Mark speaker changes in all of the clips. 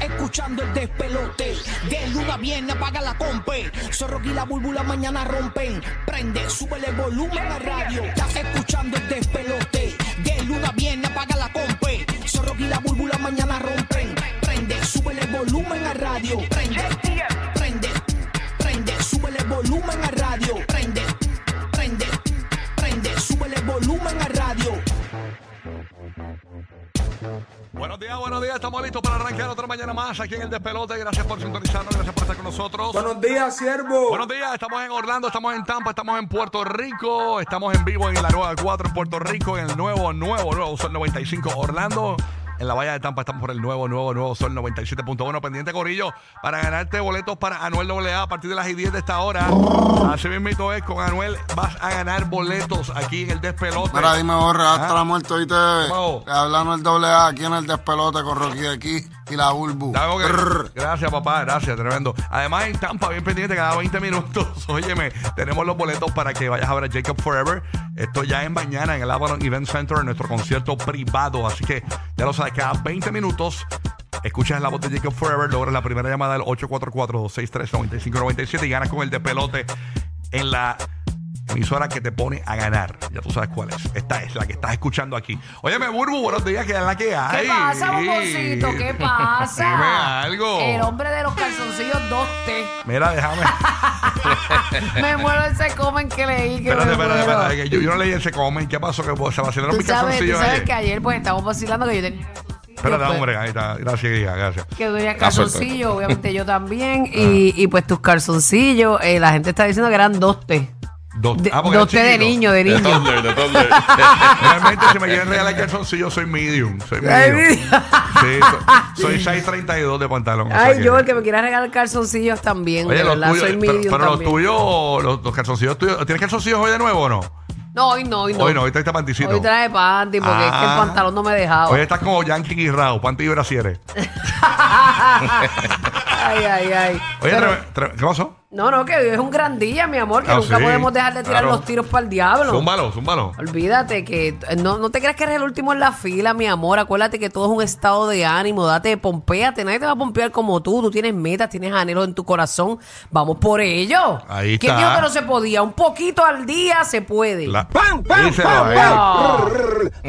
Speaker 1: escuchando el despelote. De luna viene, apaga la compe. Zorro y la búlbula mañana rompen. Prende, súbele el volumen a radio. Estás escuchando el despelote. De luna viene, apaga la compe. Zorro y la búlbula mañana rompen. Prende, súbele el volumen a radio. Prende, prende, prende, súbele el volumen a radio. Prende, prende, prende, súbele el volumen a radio.
Speaker 2: Buenos días, buenos días. Estamos listos para arrancar otra mañana más aquí en el Despelote. Gracias por sintonizarnos, gracias por estar con nosotros.
Speaker 3: Buenos días, siervo.
Speaker 2: Buenos días, estamos en Orlando, estamos en Tampa, estamos en Puerto Rico, estamos en vivo en la nueva 4 en Puerto Rico, en el nuevo, nuevo, nuevo Sol 95 Orlando. En la valla de Tampa estamos por el nuevo, nuevo, nuevo Sol 97.1. Pendiente, Corillo, para ganarte boletos para Anuel AA a partir de las 10 de esta hora. Así mismo es, con Anuel vas a ganar boletos aquí en el Despelote.
Speaker 4: Mira, dime borra, hasta la muerte hoy te
Speaker 2: Pues, Vamos.
Speaker 4: hablando el doble A aquí en el despelote con Rocky de aquí y la Bulbu.
Speaker 2: Dame que-
Speaker 4: Brr.
Speaker 2: Gracias, papá. Gracias, tremendo. Además, en Tampa, bien pendiente, cada 20 minutos. Óyeme, tenemos los boletos para que vayas a ver a Jacob Forever. Esto ya es mañana en el Avalon Event Center, en nuestro concierto privado. Así que ya lo sabes, cada 20 minutos. Escuchas la voz de Jacob Forever, logras la primera llamada del 844-263-9597 y ganas con el de pelote en la emisora que te pone a ganar. Ya tú sabes cuál es. Esta es la que estás escuchando aquí. Óyeme, Burbu, buenos días, que es la que
Speaker 5: ¿Qué
Speaker 2: hay.
Speaker 5: pasa, bomboncito? ¿Qué pasa?
Speaker 2: Dime algo.
Speaker 5: El hombre de los calzoncillos 2T.
Speaker 2: Mira, déjame.
Speaker 5: Me muero ese comen que leí. Que
Speaker 2: espérate,
Speaker 5: me
Speaker 2: espérate,
Speaker 5: muero.
Speaker 2: espérate. que Yo, yo no leí ese comment. ¿Qué pasó? Que pues, se vacilaron
Speaker 5: Tú
Speaker 2: mis
Speaker 5: sabes, tú
Speaker 2: calzoncillos
Speaker 5: sabes
Speaker 2: ayer.
Speaker 5: que ayer pues estábamos vacilando que yo tenía calzoncillos,
Speaker 2: Espérate,
Speaker 5: pues,
Speaker 2: hombre. Ah, Ahí está. Gracias, Guía, gracias.
Speaker 5: Que yo tenía calzoncillos, obviamente yo también.
Speaker 2: Ah.
Speaker 5: Y, y pues tus calzoncillos, eh, la gente está diciendo que eran 2T.
Speaker 2: Dos,
Speaker 5: De-
Speaker 2: ah, porque era
Speaker 5: 2T de
Speaker 2: chiquito.
Speaker 5: niño, de
Speaker 6: De
Speaker 5: niño.
Speaker 6: Thunder, de Thunder.
Speaker 2: Realmente, si me quieren regalar calzoncillos, soy medium. Soy
Speaker 5: Ay,
Speaker 2: medium. Sí, so- soy 632 de pantalón. o sea
Speaker 5: Ay,
Speaker 2: que-
Speaker 5: yo, el que me quiera regalar calzoncillos también.
Speaker 2: Oye,
Speaker 5: de
Speaker 2: los
Speaker 5: verdad,
Speaker 2: tuyos,
Speaker 5: soy
Speaker 2: pero,
Speaker 5: medium
Speaker 2: pero los
Speaker 5: también.
Speaker 2: tuyos, los, los calzoncillos tuyos, ¿tienes calzoncillos hoy de nuevo o no?
Speaker 5: No, hoy no, hoy no.
Speaker 2: Hoy no, hoy está este panticito.
Speaker 5: Hoy trae panty porque es que
Speaker 2: Ah.
Speaker 5: el pantalón no me dejaba.
Speaker 2: Hoy estás como Yankee y Rao, panty y brasieres.
Speaker 5: ay, ay, ay.
Speaker 2: Oye,
Speaker 5: Pero-
Speaker 2: treme- treme- ¿qué pasó?
Speaker 5: no, no, que hoy es un gran día, mi amor, que
Speaker 2: Ah,
Speaker 5: nunca
Speaker 2: sí,
Speaker 5: podemos dejar de tirar
Speaker 2: claro.
Speaker 5: los tiros para el diablo.
Speaker 2: Zúmbalo, zúmbalo.
Speaker 5: Olvídate que eh, no, no te creas que eres el último en la fila, mi amor. Acuérdate que todo es un estado de ánimo. Date, pompéate. Nadie te va a pompear como tú. Tú tienes metas, tienes anhelos en tu corazón. Vamos por ello.
Speaker 2: Ahí
Speaker 5: ¿Quién
Speaker 2: está.
Speaker 5: dijo que no se podía? Un poquito al día se puede.
Speaker 2: La-
Speaker 3: ¡Pam, pam,
Speaker 2: Díselo
Speaker 3: pam,
Speaker 2: ahí.
Speaker 3: pam!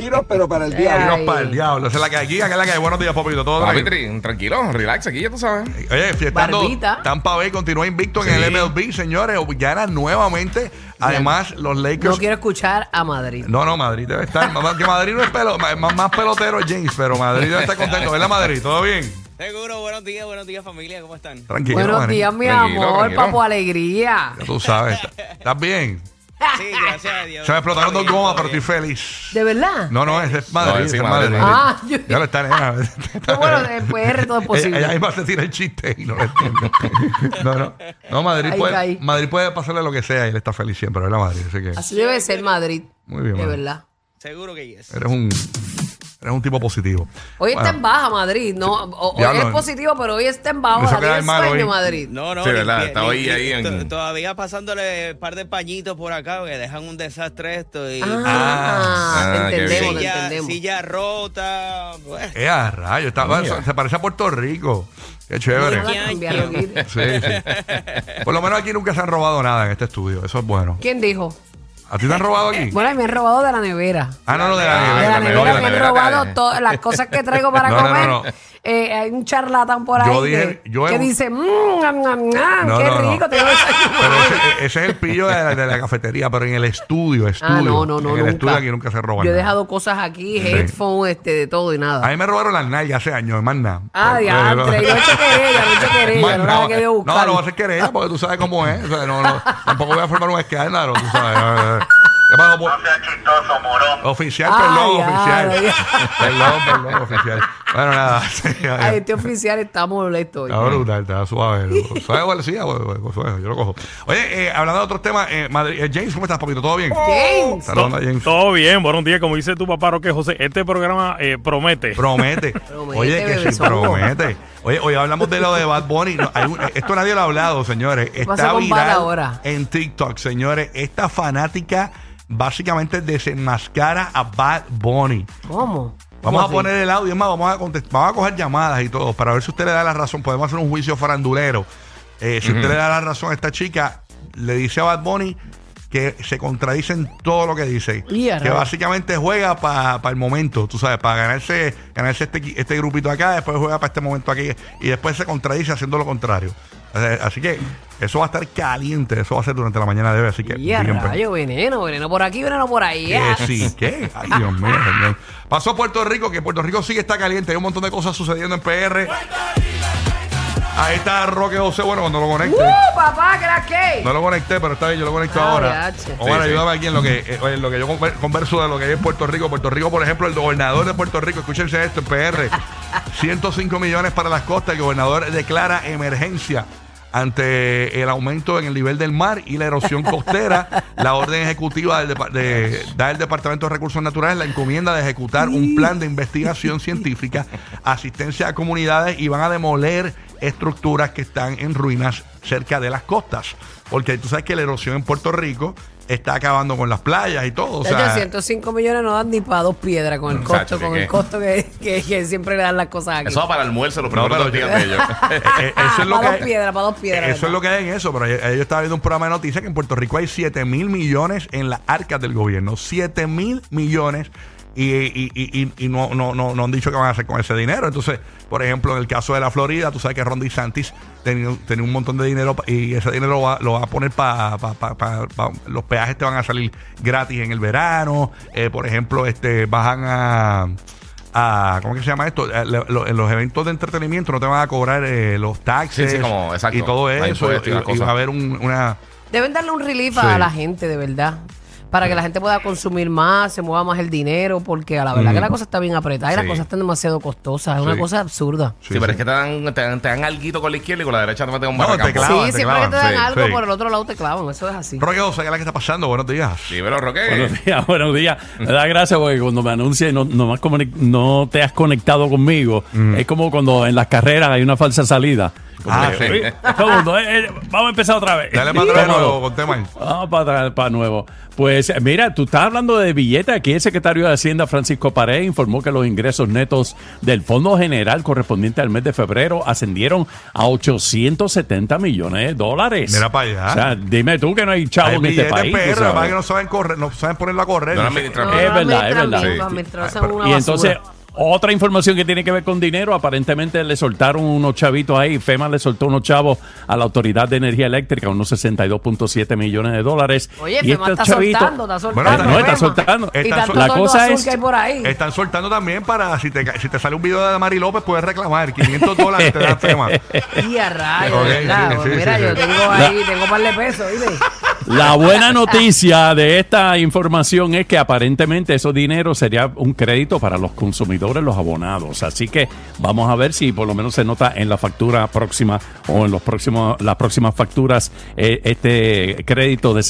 Speaker 3: Tiro, pero para el diablo.
Speaker 2: Tiros
Speaker 5: Ay.
Speaker 2: para el diablo. Esa es la que hay aquí, acá es la que hay. Buenos días, papito. Todo
Speaker 6: Papi,
Speaker 2: tranquilo.
Speaker 6: tri- tranquilo, relax aquí, ya tú sabes.
Speaker 2: Oye, fiestando
Speaker 5: Barbita.
Speaker 2: Tampa Bay continúa invicto en
Speaker 6: Sí.
Speaker 2: el MLB, señores. Gana nuevamente. Además, los
Speaker 5: No
Speaker 2: Lakers.
Speaker 5: quiero escuchar a Madrid.
Speaker 2: No, no, Madrid debe estar. Mamá, que Madrid no es pelo, ma- ma- más pelotero es James, pero Madrid debe estar contento. ¿Verdad, Madrid? ¿Todo bien?
Speaker 7: Seguro, buenos días, buenos días familia, ¿cómo están?
Speaker 2: Tranquilo.
Speaker 5: Buenos
Speaker 2: Madrid.
Speaker 5: días, mi
Speaker 6: Tranquilo,
Speaker 5: amor,
Speaker 6: tranquilo.
Speaker 5: papo, alegría.
Speaker 2: Ya tú sabes. ¿Estás bien?
Speaker 7: Sí, gracias a Dios.
Speaker 2: Se me explotaron dos
Speaker 7: Todo bien,
Speaker 2: gomas,
Speaker 7: todo
Speaker 2: pero estoy
Speaker 7: bien.
Speaker 2: feliz.
Speaker 5: ¿De verdad?
Speaker 2: No, no, ese es Madrid.
Speaker 6: No,
Speaker 2: ese
Speaker 6: sí,
Speaker 2: es Madrid.
Speaker 6: Madrid,
Speaker 5: Ah, yo-
Speaker 2: Ya lo está, nena.
Speaker 5: Bueno, de PR todo es posible.
Speaker 2: Ella, ella misma se tira el chiste y no lo entiende. no, no. No, Madrid
Speaker 5: Ahí
Speaker 2: puede,
Speaker 5: caí.
Speaker 2: Madrid puede pasarle lo que sea y él está feliz siempre, ¿verdad, Madrid? Así que
Speaker 5: Así debe ser Madrid.
Speaker 2: Muy bien,
Speaker 5: De
Speaker 2: Madrid.
Speaker 5: verdad.
Speaker 7: Seguro que yes.
Speaker 2: eres un, eres un tipo positivo.
Speaker 5: Hoy está
Speaker 2: Bueno,
Speaker 5: en baja Madrid, ¿no? o-
Speaker 2: Ya
Speaker 5: hoy es
Speaker 2: lo-
Speaker 5: positivo, pero hoy está en baja.
Speaker 2: Eso
Speaker 5: Madrid
Speaker 2: queda
Speaker 5: es
Speaker 2: mal
Speaker 5: sueño,
Speaker 2: hoy.
Speaker 5: Madrid.
Speaker 7: No, no,
Speaker 6: Sí, verdad,
Speaker 7: limpie-
Speaker 6: estaba ahí,
Speaker 7: limpie-
Speaker 6: ahí en-
Speaker 7: to- Todavía pasándole un par de pañitos por acá, que dejan un desastre esto. Y
Speaker 5: Ah,
Speaker 6: Ah,
Speaker 5: te
Speaker 6: qué
Speaker 5: Ah, entendemos, te
Speaker 7: silla,
Speaker 5: entendemos.
Speaker 7: silla rota. Pues,
Speaker 2: Eh, a rayo, está, bueno,
Speaker 6: Mira.
Speaker 2: se parece a Puerto Rico. Qué
Speaker 5: Van
Speaker 2: chévere.
Speaker 5: a cambiar, Roguito.
Speaker 2: Sí, sí. Por lo menos aquí nunca se han robado nada en este estudio. Eso es bueno.
Speaker 5: ¿Quién dijo?
Speaker 2: ¿A ti te han robado aquí?
Speaker 5: Bueno, me han robado de la nevera.
Speaker 2: Ah, no, no, de la
Speaker 6: Ah,
Speaker 5: de
Speaker 2: nevera.
Speaker 5: la
Speaker 6: la
Speaker 5: nevera
Speaker 6: nevera,
Speaker 5: me han
Speaker 6: la nevera,
Speaker 5: robado
Speaker 6: cae.
Speaker 5: todas las cosas que traigo para
Speaker 2: No, no,
Speaker 5: comer.
Speaker 2: no, no.
Speaker 5: Eh, hay un charlatán por ahí
Speaker 2: Yo dije-
Speaker 5: que,
Speaker 2: yo he-
Speaker 5: que dice, mmm, nam, nam, nam,
Speaker 2: No,
Speaker 5: qué
Speaker 2: no, no.
Speaker 5: rico, te voy
Speaker 2: Pero ese, ese es el pillo de la, de la cafetería, pero en el estudio, estudio.
Speaker 5: Ah, no, no, no,
Speaker 2: En el
Speaker 5: nunca.
Speaker 2: estudio aquí nunca se roban.
Speaker 5: Yo he
Speaker 2: nada.
Speaker 5: dejado cosas aquí, headphones, este, de todo y nada.
Speaker 2: A mí me robaron las nalgas hace años, más nada.
Speaker 5: Ah,
Speaker 2: Pero-
Speaker 5: diantre,
Speaker 2: pero-
Speaker 5: yo he hecho querella, yo he hecho querella,
Speaker 2: Más
Speaker 5: no
Speaker 2: nada.
Speaker 5: nada que voy a buscar.
Speaker 2: No, no vas a hacer querella porque tú sabes cómo es. O sea, no, no, tampoco voy a formar un escándalo, tú sabes. ¿Qué pasó, po- Oficial,
Speaker 5: Ay,
Speaker 2: perdón,
Speaker 5: ay,
Speaker 2: oficial.
Speaker 5: ay.
Speaker 2: Perdón, perdón, oficial. Bueno, nada. sí,
Speaker 5: Ay, este oficial está molesto. hoy.
Speaker 2: Está brutal, está suave. Suave, bueno, sí, bueno, bueno, suave, pues, yo lo cojo. Oye, eh, hablando de otros temas, eh, Madrid- eh, James, ¿cómo estás, papito? ¿Todo bien?
Speaker 5: James.
Speaker 2: Saludos a James.
Speaker 8: Todo bien, buenos días. Como dice tu papá Roque José, este programa eh, promete.
Speaker 2: Promete.
Speaker 5: Promete,
Speaker 2: Oye, que
Speaker 5: bebé,
Speaker 2: sí,
Speaker 5: solo.
Speaker 2: promete. Oye, hoy hablamos de lo de Bad Bunny. No, hay un- esto nadie lo ha hablado, señores.
Speaker 5: pasa
Speaker 2: Está
Speaker 5: con Bad
Speaker 2: viral
Speaker 5: ahora?
Speaker 2: en TikTok, señores. Esta fanática básicamente desenmascara a Bad Bunny.
Speaker 5: ¿Cómo?
Speaker 2: Vamos a
Speaker 6: así?
Speaker 2: poner el audio, es más, vamos a contestar, vamos a coger llamadas y todo, para ver si usted le da la razón. Podemos hacer un juicio farandulero. Eh, si usted le da la razón a esta chica, le dice a Bad Bunny que se contradice en todo lo que dice.
Speaker 5: Y a
Speaker 2: que
Speaker 5: rayos.
Speaker 2: básicamente juega para el momento, tú sabes, para ganarse, ganarse este, qui- este grupito acá, después juega para este momento aquí y después se contradice haciendo lo contrario. Eh, Así que eso va a estar caliente, eso va a ser durante la mañana de hoy, así que...
Speaker 5: Y a
Speaker 2: bien pendiente.
Speaker 5: rayo, veneno, veneno por aquí, veneno por ahí.
Speaker 2: Que Eh, sí, que. Ay, Dios mío, señor. Pasó a Puerto Rico, que Puerto Rico sigue está caliente. Hay un montón de cosas sucediendo en PR. Ahí está Roque José. Bueno, cuando lo
Speaker 5: ¡Uh,
Speaker 2: conecte.
Speaker 5: papá, que la que!
Speaker 2: No lo conecté, pero está bien, yo lo conecto
Speaker 5: Ah,
Speaker 2: ahora.
Speaker 5: ya, che.
Speaker 2: Omar,
Speaker 6: Sí, sí.
Speaker 2: ayúdame aquí en lo, que, eh, en lo que yo conver- converso de lo que es Puerto Rico. Puerto Rico, por ejemplo, el gobernador de Puerto Rico, escúchense esto en PR, 105 millones para las costas. El gobernador declara emergencia ante el aumento en el nivel del mar y la erosión costera. la orden ejecutiva del depa- de- da el Departamento de Recursos Naturales la encomienda de ejecutar un plan de investigación científica, asistencia a comunidades y van a demoler estructuras que están en ruinas cerca de las costas. Porque tú sabes que la erosión en Puerto Rico está acabando con las playas y todo. O
Speaker 5: De hecho,
Speaker 2: sea,
Speaker 5: 105 millones no dan ni para dos piedras con el
Speaker 6: Muchacho,
Speaker 5: costo,
Speaker 6: ¿qué
Speaker 5: con
Speaker 6: qué?
Speaker 5: el costo que, que- que siempre le dan las cosas aquí.
Speaker 6: Eso va para el almuerzo, los
Speaker 2: No, pero
Speaker 6: primeros dos días
Speaker 2: yo-
Speaker 6: de ellos.
Speaker 2: eh, eh, eso es lo
Speaker 5: Para
Speaker 2: que
Speaker 5: dos piedras, para dos piedras,
Speaker 2: Eso es
Speaker 5: ¿verdad?
Speaker 2: lo que hay en eso. Pero ayer- yo estaba viendo un programa de noticias que en Puerto Rico hay 7 mil millones en las arcas del gobierno. 7 mil millones. Y, y- y- y- y no, no, no, no han dicho qué van a hacer con ese dinero. Entonces, por ejemplo, en el caso de la Florida, tú sabes que Ron DeSantis tenía, tenía un montón de dinero pa- y ese dinero va- lo va a poner para los peajes te van a salir gratis en el verano. Eh, por ejemplo, este bajan a a- ¿cómo que se llama esto? A- lo- lo- en los eventos de entretenimiento no te van a cobrar eh, los taxes
Speaker 6: Sí, sí, como- exacto.
Speaker 2: y todo
Speaker 6: Hay
Speaker 2: eso.
Speaker 6: impuestos
Speaker 2: Y,
Speaker 6: y las
Speaker 2: y va
Speaker 6: cosas.
Speaker 2: a haber un- una...
Speaker 5: Deben darle un relief
Speaker 2: Sí.
Speaker 5: a la gente, de verdad. Para que la gente pueda consumir más, se mueva más el dinero, porque a la verdad que la cosa está bien apretada y las
Speaker 6: Sí.
Speaker 5: cosas están demasiado costosas. Es una
Speaker 2: Sí.
Speaker 5: cosa absurda.
Speaker 6: Sí, pero es que te dan, te, dan, te dan alguito con la izquierda y con la derecha no te dan un
Speaker 2: No,
Speaker 6: barracampo.
Speaker 2: te clavan,
Speaker 5: sí,
Speaker 2: te
Speaker 5: siempre
Speaker 2: clavan,
Speaker 5: que te dan
Speaker 2: sí,
Speaker 5: algo
Speaker 2: sí.
Speaker 5: por el otro lado te clavan, eso es así.
Speaker 2: Roque José, ¿qué es la que está pasando? Buenos días.
Speaker 6: Dímelo, Roque.
Speaker 9: Buenos días, buenos días. Me da gracia porque cuando me anuncias y no, no, me has comuni- no te has conectado conmigo, es como cuando en las carreras hay una falsa salida. Como
Speaker 2: Mm. Ah,
Speaker 9: que,
Speaker 2: sí.
Speaker 9: "Uy, un segundo, eh, eh, vamos a empezar otra vez.
Speaker 2: Dale para atrás de
Speaker 9: Vamos.
Speaker 2: nuevo con tema.
Speaker 9: Vamos para atrás, para nuevo. Pues mira, tú estás hablando de billetes. Aquí el secretario de Hacienda, Francisco Pared, informó que los ingresos netos del Fondo General correspondiente al mes de febrero ascendieron a 870 millones de dólares.
Speaker 2: Mira para allá.
Speaker 9: O sea, dime tú que no hay chavo
Speaker 2: Hay
Speaker 9: en este
Speaker 2: billetes
Speaker 9: país. tú
Speaker 2: PR,
Speaker 9: sabes.
Speaker 2: además que no saben correr, no saben ponerlo a correr.
Speaker 6: No la
Speaker 2: No sé-
Speaker 6: administran
Speaker 5: No,
Speaker 6: bien.
Speaker 9: Es verdad, es
Speaker 5: administran
Speaker 9: verdad.
Speaker 5: bien,
Speaker 9: Sí.
Speaker 5: los administradores
Speaker 2: Ah,
Speaker 5: son
Speaker 2: pero-
Speaker 5: una
Speaker 9: Y entonces,
Speaker 5: basura.
Speaker 9: otra información que tiene que ver con dinero, aparentemente le soltaron unos chavitos ahí, FEMA le soltó unos chavos a la Autoridad de Energía Eléctrica, unos 62.7 millones de dólares.
Speaker 5: Oye,
Speaker 9: y
Speaker 5: FEMA está soltando, está soltando.
Speaker 2: Bueno,
Speaker 9: no, está
Speaker 5: FEMA.
Speaker 9: soltando.
Speaker 5: Y
Speaker 2: Está
Speaker 5: tanto
Speaker 2: sol-
Speaker 9: La
Speaker 5: tordo
Speaker 9: cosa
Speaker 5: azul
Speaker 9: es-
Speaker 5: que hay por ahí.
Speaker 2: Están soltando también para, si te, ca- si te sale un video de Mari López, puedes reclamar. 500 dólares te da tema.
Speaker 5: Y a rayos,
Speaker 2: Este- Ok,
Speaker 5: ¿verdad?
Speaker 2: sí,
Speaker 5: Pues
Speaker 2: sí,
Speaker 5: mira,
Speaker 2: sí,
Speaker 5: yo
Speaker 2: sí.
Speaker 5: tengo ahí, tengo un par de pesos, dime.
Speaker 9: La buena noticia de esta información es que aparentemente esos dinero sería un crédito para los consumidores, los abonados. Así que vamos a ver si por lo menos se nota en la factura próxima o en los próximos, las próximas facturas eh, este crédito de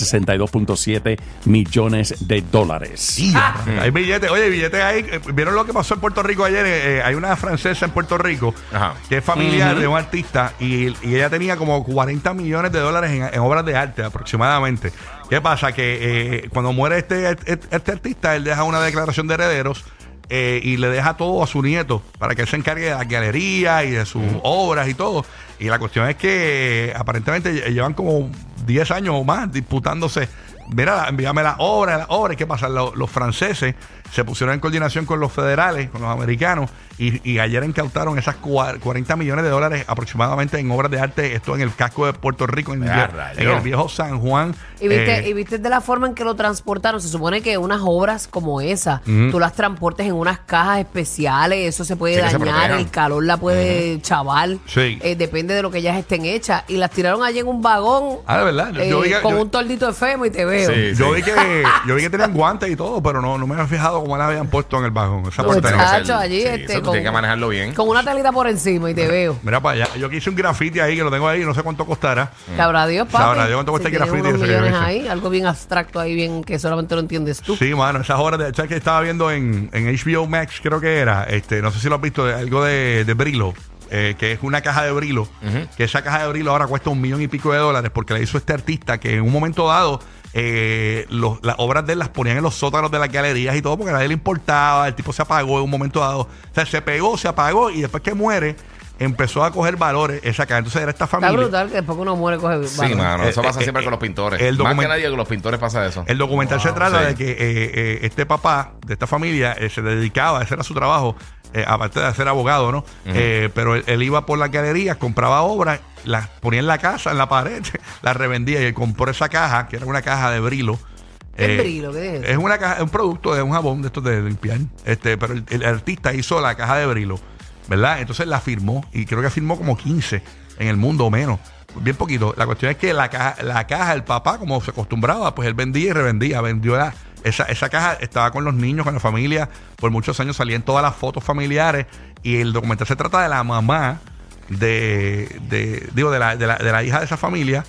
Speaker 9: 62.7 millones de dólares.
Speaker 2: Sí, hay billetes, oye, hay billetes ahí. Eh, ¿Vieron lo que pasó en Puerto Rico ayer? Eh, eh, hay una francesa en Puerto Rico
Speaker 6: Ajá.
Speaker 2: que es familiar de un artista y, y ella tenía como 40 millones de dólares en, en obras de arte aproximadamente. ¿Qué pasa? Que eh, cuando muere este, este, este artista, él deja una declaración de herederos. eh, y le deja todo a su nieto para que él se encargue de la galería y de sus obras y todo. Y la cuestión es que eh, aparentemente lle- llevan como 10 años o más disputándose Mira, la- envíame la obra, la obra. ¿Y ¿Qué pasa? Lo- Los, franceses se pusieron en coordinación con los federales, con los americanos, y, y ayer incautaron esas cua- 40 millones de dólares aproximadamente en obras de arte. Esto en el casco de Puerto Rico, en, el
Speaker 6: Ah,
Speaker 2: vie-
Speaker 6: rayo.
Speaker 2: en el viejo San Juan.
Speaker 5: Y viste,
Speaker 2: Eh,
Speaker 5: y viste de la forma en que lo transportaron. Se supone que unas obras como esa, tú las transportes en unas cajas especiales, eso se puede
Speaker 6: Sí, que se
Speaker 5: dañar,
Speaker 6: protejan.
Speaker 5: el calor la puede chaval.
Speaker 2: Sí.
Speaker 5: Eh, depende de lo que ellas estén hechas. Y las tiraron allí en un vagón
Speaker 2: Ah, de verdad. Yo-
Speaker 5: eh,
Speaker 2: yo vi que-
Speaker 5: con
Speaker 2: yo-
Speaker 5: un tordito de femo y te veo.
Speaker 6: Sí,
Speaker 2: yo,
Speaker 6: sí.
Speaker 2: Vi que, yo vi que tenían guantes y todo, pero no, no me había fijado cómo las habían puesto en el vagón. Esa
Speaker 6: Eso
Speaker 2: parte
Speaker 6: tiene
Speaker 2: no.
Speaker 6: que
Speaker 5: Muchacho,
Speaker 6: ser-
Speaker 5: allí,
Speaker 6: sí,
Speaker 5: este,
Speaker 6: eso tú
Speaker 5: con-
Speaker 6: tienes que manejarlo bien.
Speaker 5: Con una telita por encima y te veo.
Speaker 2: Mira para allá. Yo que hice un graffiti ahí que lo tengo ahí, no sé cuánto costará.
Speaker 5: Sabrá Dios, papi.
Speaker 2: Sabrá Dios cuánto
Speaker 5: Si
Speaker 2: cuesta el
Speaker 5: tienes
Speaker 2: graffiti
Speaker 5: unos
Speaker 2: ese que yo
Speaker 5: millones
Speaker 2: hice.
Speaker 5: ahí, algo bien abstracto ahí, bien que solamente lo entiendes tú.
Speaker 2: Sí, mano, esas horas de ¿sabes que estaba viendo en, en HBO Max, creo que era, este, no sé si lo has visto, de- algo de, de Brillo, eh, que es una caja de Brillo, que esa caja de Brillo ahora cuesta un millón y pico de dólares porque la hizo este artista que en un momento dado eh, los- las obras de él las ponían en los sótanos de las galerías y todo porque a nadie le importaba, el tipo se apagó en un momento dado. O sea, se pegó, se apagó y después que muere empezó a coger valores esa cara. Entonces era esta
Speaker 5: Está
Speaker 2: familia.
Speaker 5: brutal que después que uno muere coge
Speaker 6: Sí,
Speaker 5: valor.
Speaker 6: mano, eso
Speaker 2: Eh,
Speaker 6: pasa
Speaker 2: eh,
Speaker 6: siempre
Speaker 2: eh,
Speaker 6: con los pintores.
Speaker 2: el
Speaker 6: Más
Speaker 2: document-
Speaker 6: que nadie con los pintores pasa eso.
Speaker 2: El documental se trata
Speaker 6: sí.
Speaker 2: de que eh, eh, este papá de esta familia eh, se dedicaba, ese era su trabajo, eh, aparte de ser abogado, ¿no? Eh, pero él, él iba por las galerías, compraba obras, las ponía en la casa, en la pared, las revendía y él compró esa caja, que era una caja de brilo.
Speaker 5: ¿Qué Brillo? ¿Qué es eso?
Speaker 2: Eh, Es una caja, un producto de un jabón de estos de limpiar. Este, pero el, el artista hizo la caja de brilo, ¿verdad? Entonces la firmó y creo que firmó como 15 en el mundo o menos. Bien poquito. La cuestión es que la caja, la caja, el papá, como se acostumbraba, pues él vendía y revendía, vendió la, esa, esa caja, estaba con los niños, con la familia, por muchos años salían todas las fotos familiares y el documental se trata de la mamá de, de- digo, de la, de la- de la hija de esa familia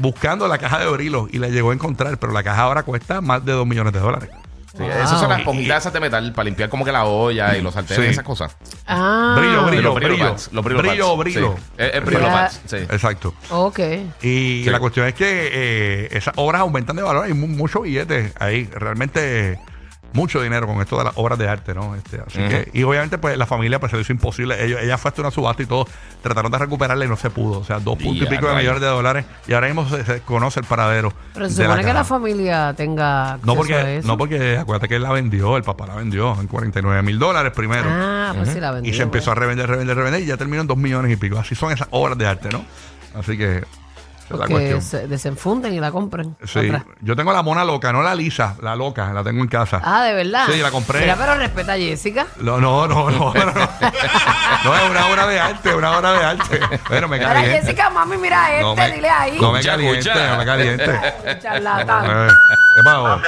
Speaker 2: buscando la caja de Brilo y la llegó a encontrar, pero la caja ahora cuesta más de 2 millones de dólares.
Speaker 6: Sí, Esas son las esponjitas esas de metal para limpiar como que la olla y los sartenes
Speaker 2: Sí.
Speaker 6: y esas cosas.
Speaker 5: Ah,
Speaker 2: Brillo,
Speaker 6: De
Speaker 2: brillo,
Speaker 6: los brillo
Speaker 2: brillo.
Speaker 6: pads, los brillo
Speaker 2: Brillo,
Speaker 6: pads.
Speaker 2: brillo.
Speaker 6: Sí. Es- es brillo
Speaker 5: Ya.
Speaker 6: pads, sí.
Speaker 2: Exacto.
Speaker 5: ok.
Speaker 2: Y
Speaker 6: Sí.
Speaker 2: la cuestión es que eh, esas obras aumentan de valor. Hay mu- muchos billetes ahí. Realmente eh, mucho dinero con esto de las obras de arte, ¿no? Este, así que, y obviamente, pues la familia pues, se le hizo imposible. Ellos- ella fue hasta una subasta y todo. Trataron de recuperarla y no se pudo. O sea, dos puntos y
Speaker 6: Ya,
Speaker 2: pico de
Speaker 6: rayos.
Speaker 2: millones de dólares. Y ahora mismo se, se conoce el paradero.
Speaker 5: Pero se
Speaker 2: de
Speaker 5: supone que
Speaker 2: caja.
Speaker 5: la familia tenga acceso
Speaker 2: No
Speaker 5: a
Speaker 2: porque,
Speaker 5: eso.
Speaker 2: no porque acuérdate que él la vendió, el papá la vendió en 49 mil dólares primero.
Speaker 5: Ah, pues sí la vendió.
Speaker 2: y se empezó a revender, revender, revender y ya terminó en 2 millones y pico. Así son esas obras de arte, ¿no? Así que esa es la
Speaker 5: Que
Speaker 2: cuestión.
Speaker 5: se desenfunden y la compren.
Speaker 2: Sí.
Speaker 5: atrás.
Speaker 2: Yo tengo la mona loca, no la lisa, la loca, la tengo en casa.
Speaker 5: Ah, de verdad.
Speaker 2: Sí, la compré.
Speaker 5: Mira, pero respeta a Jessica.
Speaker 2: No, no, no, no, no, no. No, es una obra de arte, una obra de arte. Bueno, me
Speaker 5: Mira,
Speaker 2: caliente.
Speaker 5: Jessica, mami, mira a este,
Speaker 2: No me,
Speaker 5: dile ahí. Ah,
Speaker 2: no me
Speaker 6: Escucha,
Speaker 2: caliente,
Speaker 6: escucha.
Speaker 2: no me caliente.
Speaker 5: Charlatán.
Speaker 2: Eh, ¿Qué pasó?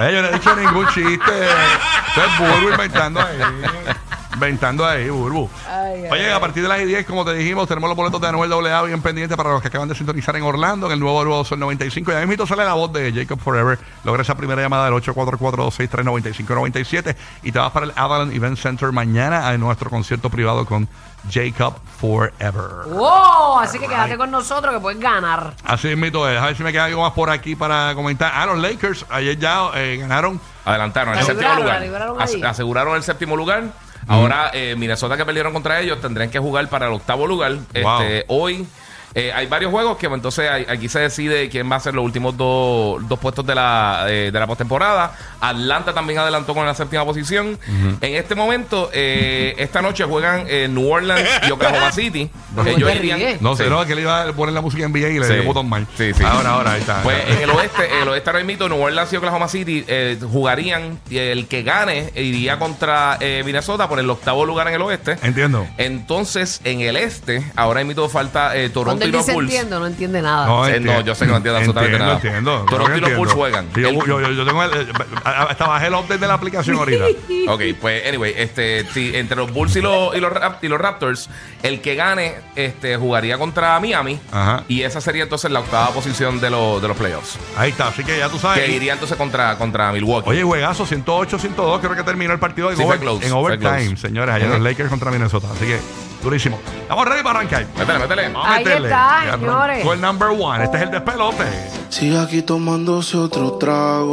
Speaker 2: Eh, yo no he dicho ningún chiste. Esto es Burbu inventando ahí. Inventando ahí, Burbu.
Speaker 5: Ay, ay,
Speaker 2: Oye, a partir de las 10, como te dijimos, tenemos los boletos de Anuel AA bien pendientes para los que acaban de sintonizar en Orlando, en el nuevo Nuevo Sol 95. Y ahí mismo sale la voz de Jacob Forever. Logra esa primera llamada del 844-263-9597. Y te vas para el Avalon Event Center mañana a nuestro concierto privado con Jacob Forever.
Speaker 5: Wow, así que quédate con nosotros que puedes ganar.
Speaker 2: Así es, mito. A ver si me queda algo más por aquí para comentar. Ah, los Lakers ayer ya eh, ganaron.
Speaker 6: Adelantaron el
Speaker 5: La
Speaker 6: séptimo
Speaker 5: libraron,
Speaker 6: lugar.
Speaker 5: la libraron
Speaker 6: As-
Speaker 5: ahí.
Speaker 6: aseguraron el séptimo lugar. Ahora eh, Minnesota que perdieron contra ellos tendrían que jugar para el octavo lugar.
Speaker 2: Wow.
Speaker 6: Este, hoy eh, hay varios juegos que pues, entonces hay- aquí se decide quién va a ser los últimos dos, dos puestos de la, eh, de la postemporada. Atlanta también adelantó con la séptima posición. En este momento, eh, esta noche juegan eh, New Orleans y Oklahoma City. Eh,
Speaker 5: Pero
Speaker 6: Ellos
Speaker 5: te
Speaker 6: irían-
Speaker 5: ríes.
Speaker 2: No sé,
Speaker 6: Sí.
Speaker 2: no, que le iba a poner la música en VA y le
Speaker 6: Sí.
Speaker 2: dio el botón mal.
Speaker 6: Sí, sí.
Speaker 2: Ahora, ahora, ahí está.
Speaker 6: Pues en el oeste, en el oeste ahora mismo, New Orleans y Oklahoma City eh, jugarían. y El que gane iría contra eh, Minnesota por el octavo lugar en el oeste.
Speaker 2: Entiendo.
Speaker 6: eh, Entonces, en el este, ahora mismo falta eh,
Speaker 5: Cuando
Speaker 6: Toronto y
Speaker 5: él
Speaker 6: los
Speaker 5: dice
Speaker 6: Bulls.
Speaker 5: entiendo, no entiende nada.
Speaker 6: Sí, eh, no, yo sé que no entiendo absolutamente nada.
Speaker 2: Entiendo, entiendo.
Speaker 6: Toronto
Speaker 2: Claro que
Speaker 6: y los Bulls
Speaker 2: entiendo.
Speaker 6: juegan.
Speaker 2: Sí, yo,
Speaker 6: El-
Speaker 2: yo- yo- yo tengo el- eh, a- a- hasta bajé el update de la aplicación ahorita.
Speaker 6: Ok, pues anyway, este, si entre los Bulls y los, y los Rap- y los Raptors, el que gane este, jugaría contra Miami.
Speaker 2: Ajá.
Speaker 6: Y esa sería entonces la octava posición de, los de los playoffs.
Speaker 2: Ahí está, así que ya tú sabes.
Speaker 6: Que iría entonces contra, contra Milwaukee.
Speaker 2: Oye, juegazo 108-102, creo que terminó el partido en,
Speaker 6: Sí, fue
Speaker 2: over-
Speaker 6: close,
Speaker 2: en
Speaker 6: fue
Speaker 2: overtime,
Speaker 6: close.
Speaker 2: señores, ayer los
Speaker 6: Ujú.
Speaker 2: Lakers contra Minnesota, así que durísimo. Estamos ready para arrancar.
Speaker 6: Métele, métele.
Speaker 2: Vamos a
Speaker 5: Ahí
Speaker 2: meterle.
Speaker 5: está,
Speaker 2: Y arrancó
Speaker 5: señores.
Speaker 2: el number one, este es el despelote.
Speaker 10: Sigue aquí tomándose otro trago.